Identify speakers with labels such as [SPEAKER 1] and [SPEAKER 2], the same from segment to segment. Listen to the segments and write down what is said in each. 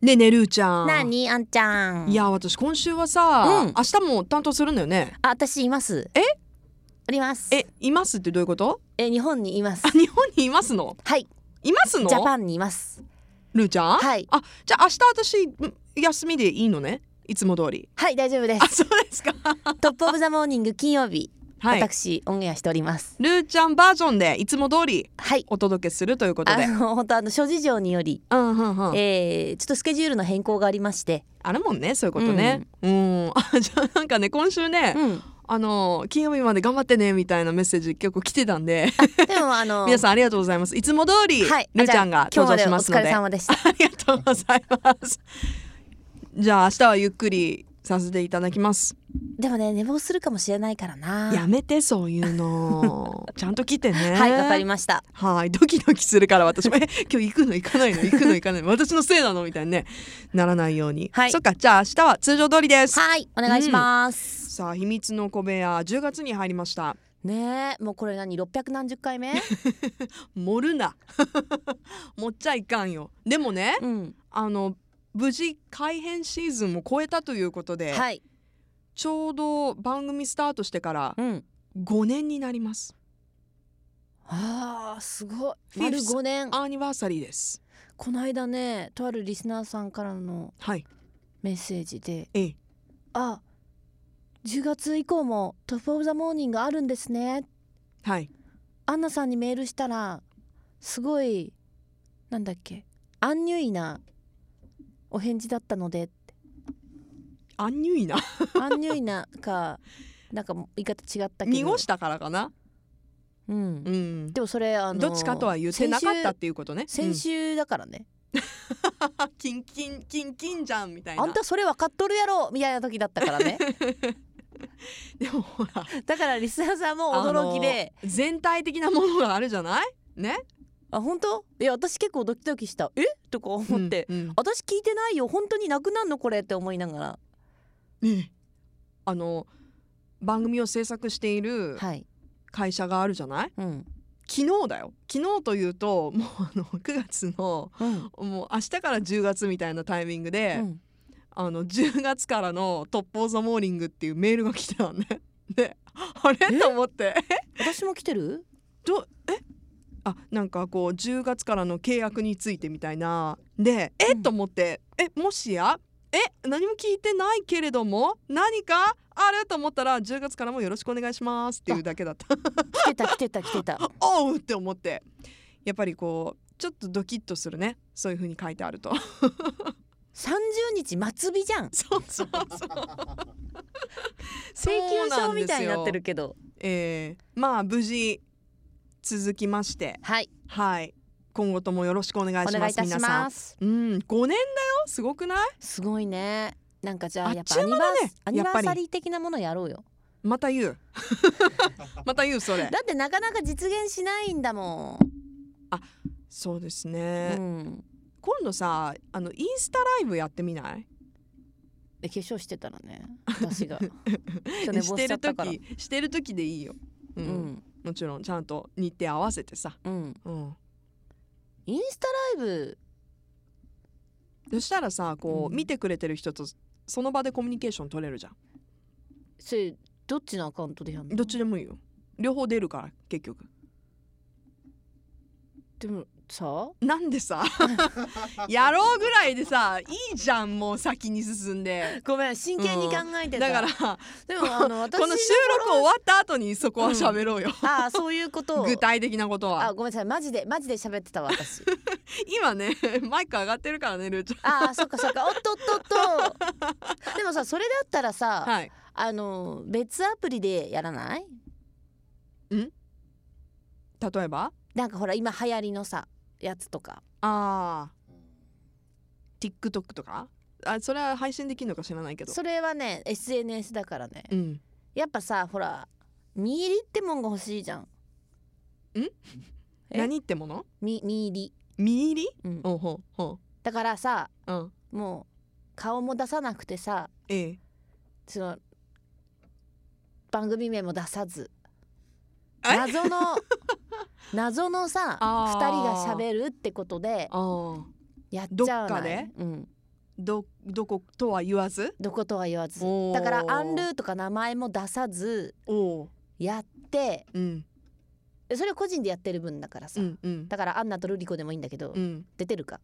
[SPEAKER 1] ねえねえるーちゃん。
[SPEAKER 2] なあにあんちゃん
[SPEAKER 1] いや私今週はさ、
[SPEAKER 2] うん
[SPEAKER 1] 明日も担当するんだよね。
[SPEAKER 2] あ私います
[SPEAKER 1] え
[SPEAKER 2] あります
[SPEAKER 1] えいますってどういうこと？
[SPEAKER 2] え日本にいます
[SPEAKER 1] あ日本にいますの？
[SPEAKER 2] はい
[SPEAKER 1] いますの？
[SPEAKER 2] ジャパンにいます
[SPEAKER 1] ルーちゃん。
[SPEAKER 2] はい
[SPEAKER 1] あじゃあ明日私ん休みでいいのね？いつも通り。
[SPEAKER 2] はい大丈夫で
[SPEAKER 1] あ
[SPEAKER 2] す
[SPEAKER 1] そうですか。
[SPEAKER 2] トップオブザモーニング金曜日、
[SPEAKER 1] はい。
[SPEAKER 2] 私オンエアしております
[SPEAKER 1] ルーちゃんバージョンでいつも通り
[SPEAKER 2] はい
[SPEAKER 1] お届けするということ
[SPEAKER 2] あ
[SPEAKER 1] で。
[SPEAKER 2] の本当あの諸事情により、
[SPEAKER 1] うんうんうん。
[SPEAKER 2] えーちょっとスケジュールの変更がありまして
[SPEAKER 1] あるもんねそういうことね。うん。 あじゃあなんかね今週ね、
[SPEAKER 2] うん
[SPEAKER 1] あの金曜日まで頑張ってねみたいなメッセージ結構来てたんで。
[SPEAKER 2] でもあ の
[SPEAKER 1] 皆さんありがとうございます。いつも通り、
[SPEAKER 2] はい
[SPEAKER 1] ルーちゃんが
[SPEAKER 2] 今
[SPEAKER 1] 登
[SPEAKER 2] 日ま
[SPEAKER 1] 場
[SPEAKER 2] で
[SPEAKER 1] し
[SPEAKER 2] お
[SPEAKER 1] ますの
[SPEAKER 2] 疲
[SPEAKER 1] で
[SPEAKER 2] れ様でした
[SPEAKER 1] ありがとうございます。じゃあ明日はゆっくりさせていただきます。
[SPEAKER 2] でもね寝坊するかもしれないからな
[SPEAKER 1] やめてそういう の。ちゃんと来てね。
[SPEAKER 2] はいわかり
[SPEAKER 1] ま
[SPEAKER 2] ました
[SPEAKER 1] す。はいドキドキするから私もえ今日行くの行かないの行くの行か ないの私のせいなのみたいにねならないように。
[SPEAKER 2] はい
[SPEAKER 1] そっかじゃあ明日は通常通りです。
[SPEAKER 2] はいお願いします、
[SPEAKER 1] さあ秘密の小部屋10月に入りました。
[SPEAKER 2] ねえもうこれ何600何十 回目
[SPEAKER 1] 盛るな。 盛っちゃいかんよ。でもね。
[SPEAKER 2] うん
[SPEAKER 1] あの無事改編シーズンも超えたということで、
[SPEAKER 2] はい
[SPEAKER 1] ちょうど番組スタートしてから
[SPEAKER 2] うん
[SPEAKER 1] 5年になります
[SPEAKER 2] あーすごい
[SPEAKER 1] フィフ
[SPEAKER 2] 丸
[SPEAKER 1] ス
[SPEAKER 2] 5年
[SPEAKER 1] アニバーサリーです
[SPEAKER 2] この間ねとあるリスナーさんからの
[SPEAKER 1] はい
[SPEAKER 2] メッセージで
[SPEAKER 1] ええ
[SPEAKER 2] 「あ10月以降もトップ・オブ・ザ・モーニングあるんですね
[SPEAKER 1] はい」
[SPEAKER 2] アンナさんにメールしたらすごいなんだっけアンニュイなお返事だったの で
[SPEAKER 1] アンニュイな
[SPEAKER 2] アンニュイなかなんか言い方違ったけど
[SPEAKER 1] 濁したからかな
[SPEAKER 2] うん
[SPEAKER 1] うん
[SPEAKER 2] でもそれあの
[SPEAKER 1] どっちかとは言ってなかったっていうことね
[SPEAKER 2] 先週先週だから
[SPEAKER 1] う
[SPEAKER 2] ね、
[SPEAKER 1] ん キンキンキンキンじゃんみたいな
[SPEAKER 2] あんたそれ分かっとるやろみたいな時だったから ね
[SPEAKER 1] でもほら
[SPEAKER 2] だからリスナーさんも驚きで、
[SPEAKER 1] あの全体的なものがあるじゃないね
[SPEAKER 2] あ本当いや私結構ドキドキしたえとか思って、
[SPEAKER 1] うんうん
[SPEAKER 2] 私聞いてないよ本当になくなんのこれって思いながら
[SPEAKER 1] ねえあの番組を制作している
[SPEAKER 2] はい
[SPEAKER 1] 会社があるじゃない
[SPEAKER 2] うん
[SPEAKER 1] 昨日だよ昨日というともうあの9月の
[SPEAKER 2] うん、
[SPEAKER 1] もう明日から10月みたいなタイミングで、
[SPEAKER 2] うん
[SPEAKER 1] あの10月からの「トップ・オブ・ザ・モーニング」っていうメールが来てたのね。 であれと思ってえ
[SPEAKER 2] 私も来てる
[SPEAKER 1] どえあなんかこう10月からの契約についてみたいなでえ、
[SPEAKER 2] うん
[SPEAKER 1] と思ってえもしやえ何も聞いてないけれども何かあると思ったら10月からもよろしくお願いしますっていうだけだった。
[SPEAKER 2] 来てた来てた来て た
[SPEAKER 1] おうって思ってやっぱりこうちょっとドキッとするねそういう風に書いてあると
[SPEAKER 2] 30日末日じゃん
[SPEAKER 1] そう そうそう
[SPEAKER 2] 請求書みたいにな
[SPEAKER 1] そう
[SPEAKER 2] って
[SPEAKER 1] なんですよ
[SPEAKER 2] るけど
[SPEAKER 1] えーまあ無事続きまして
[SPEAKER 2] はい
[SPEAKER 1] はい今後ともよろしくお願い
[SPEAKER 2] お
[SPEAKER 1] し
[SPEAKER 2] 願
[SPEAKER 1] ま
[SPEAKER 2] いい
[SPEAKER 1] す
[SPEAKER 2] たし
[SPEAKER 1] 皆さ
[SPEAKER 2] ま
[SPEAKER 1] ん
[SPEAKER 2] す
[SPEAKER 1] うん5年だよすごくない
[SPEAKER 2] すごいねなんかじゃあ
[SPEAKER 1] あ
[SPEAKER 2] やっ
[SPEAKER 1] っち
[SPEAKER 2] ぱア
[SPEAKER 1] ゅう
[SPEAKER 2] ニ
[SPEAKER 1] 間
[SPEAKER 2] バー
[SPEAKER 1] だね
[SPEAKER 2] アニバ
[SPEAKER 1] やっぱ
[SPEAKER 2] ー
[SPEAKER 1] り
[SPEAKER 2] サリー的なものやろうよ
[SPEAKER 1] また言う また言うそれ
[SPEAKER 2] だってなかなか実現しないんだも
[SPEAKER 1] そうです
[SPEAKER 2] ん、
[SPEAKER 1] ね、
[SPEAKER 2] うん、
[SPEAKER 1] 今度さあのインスタライブやってみない
[SPEAKER 2] で化粧してたらね私 が去年
[SPEAKER 1] し
[SPEAKER 2] 坊
[SPEAKER 1] て
[SPEAKER 2] しちゃ
[SPEAKER 1] る
[SPEAKER 2] ったから
[SPEAKER 1] 時してる時でいいよ、うん
[SPEAKER 2] うん
[SPEAKER 1] もちろんちゃんと日程合わせてさ、
[SPEAKER 2] うん
[SPEAKER 1] うん、
[SPEAKER 2] インスタライブ
[SPEAKER 1] そしたらさこう、
[SPEAKER 2] うん
[SPEAKER 1] 見てくれてる人とその場でコミュニケーション取れるじゃん
[SPEAKER 2] それどっちのアカウントでやるの
[SPEAKER 1] どっちでもいいよ両方出るから結局
[SPEAKER 2] でもさ
[SPEAKER 1] なんでさ やろうぐらいでさいいじゃんもう先に進んで
[SPEAKER 2] ごめん真剣に考えてた、
[SPEAKER 1] だからこ
[SPEAKER 2] でもあの私
[SPEAKER 1] の収録終わった後にそこは喋ろうよ、
[SPEAKER 2] ああそういうことを
[SPEAKER 1] 具体的なこと
[SPEAKER 2] あ
[SPEAKER 1] は
[SPEAKER 2] ごめんなさいマジでマジで喋ってたわ私
[SPEAKER 1] 今ね マイク上がってるからねルーちゃん
[SPEAKER 2] あ あそっかそっかおっとっとっ とでもさそれだったらさ、
[SPEAKER 1] はい
[SPEAKER 2] あの別アプリでやらない
[SPEAKER 1] 例えば
[SPEAKER 2] なんかほら今流行りのさやつとか
[SPEAKER 1] あー TikTok とかあそれは配信できるのか知らないけど
[SPEAKER 2] それはね SNS だからね
[SPEAKER 1] うん
[SPEAKER 2] やっぱさほら見入りってもんが欲しいじゃんえ
[SPEAKER 1] 何ってもの
[SPEAKER 2] み見入り、
[SPEAKER 1] 見入り
[SPEAKER 2] うん
[SPEAKER 1] おうほうほ
[SPEAKER 2] だからさ
[SPEAKER 1] ううん
[SPEAKER 2] もう顔も出さなくてさ
[SPEAKER 1] ええ
[SPEAKER 2] その番組名も出さず
[SPEAKER 1] え
[SPEAKER 2] 謎 の謎のさ
[SPEAKER 1] あー
[SPEAKER 2] 2人がしゃべるってことで
[SPEAKER 1] ああ
[SPEAKER 2] やっちゃわ
[SPEAKER 1] どっか
[SPEAKER 2] ない
[SPEAKER 1] で
[SPEAKER 2] うん、
[SPEAKER 1] どどことは言わず
[SPEAKER 2] どことは言わず
[SPEAKER 1] おー
[SPEAKER 2] だからアンルーとか名前も出さず
[SPEAKER 1] おう
[SPEAKER 2] やって
[SPEAKER 1] うん
[SPEAKER 2] でそれを個人でやってる分だから
[SPEAKER 1] う
[SPEAKER 2] さ、
[SPEAKER 1] んうん
[SPEAKER 2] だからアンナとルリコでもいいんだけど、
[SPEAKER 1] うん
[SPEAKER 2] 出てるか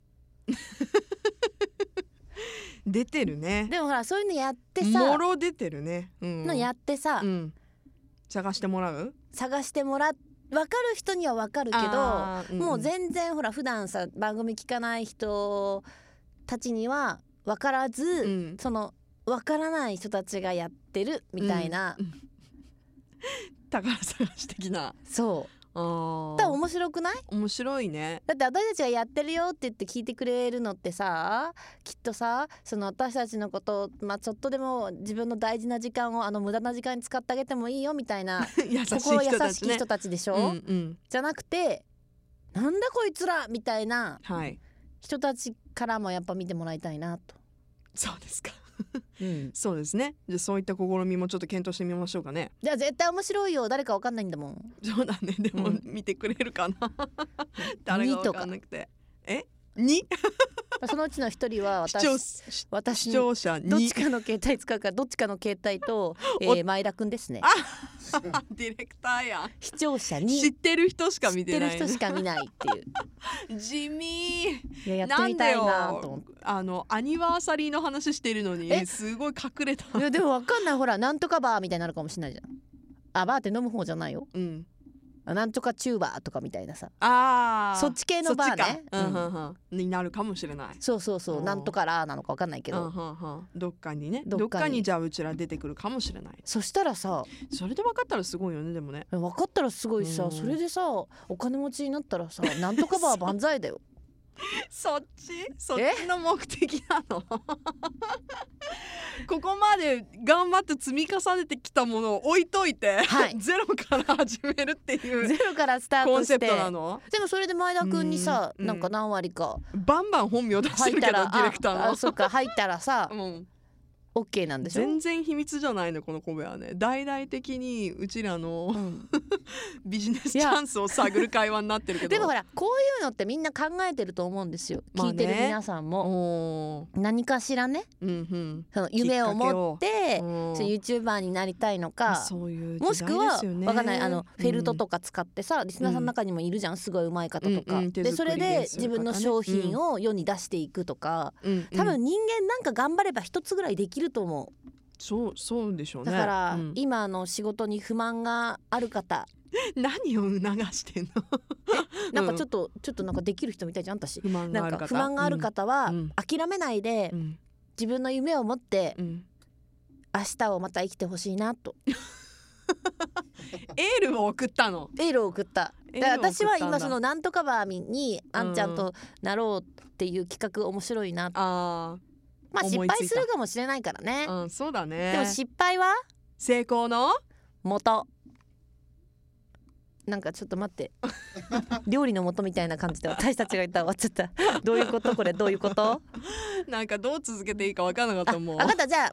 [SPEAKER 1] 出てるね
[SPEAKER 2] でもほらそういうのやって
[SPEAKER 1] も
[SPEAKER 2] さ
[SPEAKER 1] ろ出てるね、うん、
[SPEAKER 2] のやってさ、
[SPEAKER 1] うん探してもらう
[SPEAKER 2] 探してもらっ分かる人には分かるけど、
[SPEAKER 1] あーん
[SPEAKER 2] もう全然ほら普段さ番組聞かない人たちには分からず、
[SPEAKER 1] うん
[SPEAKER 2] その分からない人たちがやってるみたいな、
[SPEAKER 1] うん宝探し的な
[SPEAKER 2] そう
[SPEAKER 1] あー
[SPEAKER 2] だから面白くない
[SPEAKER 1] 面白い ね
[SPEAKER 2] だって私たちがやってるよって言って聞いてくれるのってさきっとさその私たちのことを、まあ、ちょっとでも自分の大事な時間をあの無駄な時間に使ってあげてもいいよみたいな
[SPEAKER 1] 優しい
[SPEAKER 2] 心優
[SPEAKER 1] 人た
[SPEAKER 2] し
[SPEAKER 1] ち
[SPEAKER 2] い
[SPEAKER 1] ね
[SPEAKER 2] 人たちでしょ、
[SPEAKER 1] うんうん
[SPEAKER 2] じゃなくてなんだこいつらみたいな
[SPEAKER 1] はい
[SPEAKER 2] 人たちからもやっぱ見てもらいたいなと。
[SPEAKER 1] そうですか
[SPEAKER 2] うん、
[SPEAKER 1] そうですねじゃあそういった試みもちょっと検討してみましょうかね
[SPEAKER 2] じゃあ絶対面白いよ誰かわかんないんだも ん。
[SPEAKER 1] そうだねでも
[SPEAKER 2] うん
[SPEAKER 1] 見てくれる かな誰が分かんなくてえに
[SPEAKER 2] そのうちの一人は
[SPEAKER 1] 視聴
[SPEAKER 2] 私
[SPEAKER 1] 視
[SPEAKER 2] 私
[SPEAKER 1] 視
[SPEAKER 2] の
[SPEAKER 1] 聴者
[SPEAKER 2] どっ
[SPEAKER 1] に
[SPEAKER 2] ちかの携帯使うからどっちかの携帯と、え
[SPEAKER 1] お
[SPEAKER 2] ー、前田くんですね。
[SPEAKER 1] ディレクターやん
[SPEAKER 2] 視聴者に
[SPEAKER 1] 知ってる人しか
[SPEAKER 2] 知っ
[SPEAKER 1] 見
[SPEAKER 2] て
[SPEAKER 1] て
[SPEAKER 2] る
[SPEAKER 1] ない
[SPEAKER 2] 人しか見ないっていう。
[SPEAKER 1] 地味
[SPEAKER 2] いややって
[SPEAKER 1] なん
[SPEAKER 2] み
[SPEAKER 1] だ
[SPEAKER 2] たい
[SPEAKER 1] よ
[SPEAKER 2] なと思って。
[SPEAKER 1] あのアニバーサリーの話してるの
[SPEAKER 2] え
[SPEAKER 1] にすごい隠れた
[SPEAKER 2] いやでもわかんないほらなんとかバーみたいになるかもしれないじゃん。あバーって飲む方じゃないよ。
[SPEAKER 1] うん
[SPEAKER 2] あなんとかチューバーとかみたいなさ。
[SPEAKER 1] あー
[SPEAKER 2] そっち系のバーね。
[SPEAKER 1] そっちかうんう
[SPEAKER 2] うん
[SPEAKER 1] んうんになるかもしれない
[SPEAKER 2] そうそうそう
[SPEAKER 1] おー
[SPEAKER 2] なんとからなのかわかんないけ
[SPEAKER 1] うんう
[SPEAKER 2] ど。
[SPEAKER 1] んうんどっかにね
[SPEAKER 2] ど
[SPEAKER 1] ど
[SPEAKER 2] っかに
[SPEAKER 1] っかにじゃあうちら出てくるかもしれない
[SPEAKER 2] そしたらさ
[SPEAKER 1] それで分かったらすごいよねでもね
[SPEAKER 2] 分かったらすごいさ、
[SPEAKER 1] うん
[SPEAKER 2] それでさお金持ちになったらさなんとかバー万歳 だよ。
[SPEAKER 1] そっちそっちの目的なの ここまで頑張って積み重ねてきたものを置いといて、
[SPEAKER 2] はい
[SPEAKER 1] ゼロから始めるっていう
[SPEAKER 2] ゼロからスター
[SPEAKER 1] コ
[SPEAKER 2] ト
[SPEAKER 1] ン
[SPEAKER 2] して
[SPEAKER 1] セプトなの
[SPEAKER 2] でもそれで前田くんにさ
[SPEAKER 1] うん
[SPEAKER 2] なんか何割 か
[SPEAKER 1] バンバン本名出して
[SPEAKER 2] 入っ
[SPEAKER 1] るけ
[SPEAKER 2] た
[SPEAKER 1] どデ
[SPEAKER 2] ら
[SPEAKER 1] ィレクタ
[SPEAKER 2] あ
[SPEAKER 1] ー
[SPEAKER 2] あそうか入った らさ
[SPEAKER 1] の、うん、
[SPEAKER 2] オッケーなんでしょ。
[SPEAKER 1] 全然秘密じゃないのこの小部屋ね大々的にうちら の
[SPEAKER 2] うん
[SPEAKER 1] ビジネス
[SPEAKER 2] い
[SPEAKER 1] チ
[SPEAKER 2] や
[SPEAKER 1] ャンスを探る会話にな ってるけど
[SPEAKER 2] でもほらこういうのってみんな考えてると思うんですよ、
[SPEAKER 1] まあね
[SPEAKER 2] 聞いてる皆さんも
[SPEAKER 1] おー
[SPEAKER 2] 何かしらね
[SPEAKER 1] うん
[SPEAKER 2] その夢を持って
[SPEAKER 1] うんうん
[SPEAKER 2] そう YouTuber になりたいのか
[SPEAKER 1] そういう時代
[SPEAKER 2] もしくは
[SPEAKER 1] ですよね
[SPEAKER 2] わかんないあのフェルトと
[SPEAKER 1] か、
[SPEAKER 2] か使ってさ、リスナーさんの中にもいるじゃんすごい上手い方とか、
[SPEAKER 1] うんうん手
[SPEAKER 2] でそ
[SPEAKER 1] 作り
[SPEAKER 2] れ
[SPEAKER 1] で
[SPEAKER 2] で
[SPEAKER 1] そういう
[SPEAKER 2] 自
[SPEAKER 1] 方ね
[SPEAKER 2] 分の商品を世に出していくとか、
[SPEAKER 1] うんうん
[SPEAKER 2] 多分人間なんか頑張れば一つぐらいできると思
[SPEAKER 1] そうそうでしょ
[SPEAKER 2] う
[SPEAKER 1] うね
[SPEAKER 2] だから、
[SPEAKER 1] うん
[SPEAKER 2] 今の仕事に不満がある方
[SPEAKER 1] 何を促してんの
[SPEAKER 2] なんかちょっと、ちょっとなんかできる人みたいじゃん私。
[SPEAKER 1] 不満が
[SPEAKER 2] な
[SPEAKER 1] あ
[SPEAKER 2] ん
[SPEAKER 1] る
[SPEAKER 2] か
[SPEAKER 1] 方
[SPEAKER 2] 不満がある方は
[SPEAKER 1] うん
[SPEAKER 2] 諦めないで
[SPEAKER 1] うんうん
[SPEAKER 2] 自分の夢を持って
[SPEAKER 1] うん
[SPEAKER 2] 明日をまた生きてほしいなと
[SPEAKER 1] エールを送ったの
[SPEAKER 2] エールを送った
[SPEAKER 1] エ
[SPEAKER 2] だ
[SPEAKER 1] ール
[SPEAKER 2] から
[SPEAKER 1] を送ったんだ
[SPEAKER 2] 私は今そのなんとかバーミンにあんちゃんとなろうっていう企画面白いな
[SPEAKER 1] あ
[SPEAKER 2] まあ失
[SPEAKER 1] 思いついた
[SPEAKER 2] 敗するかもしれないからね
[SPEAKER 1] あ、うん、そうだね
[SPEAKER 2] でも失敗は
[SPEAKER 1] 成功の
[SPEAKER 2] 元なんかちょっと待って 料理の元みたいな感じで私たちが言ったら終わっちゃったどういうことこれどういうこと
[SPEAKER 1] なんかどう続けていいか分からなかっ
[SPEAKER 2] あ
[SPEAKER 1] たもう
[SPEAKER 2] 分かったじゃあ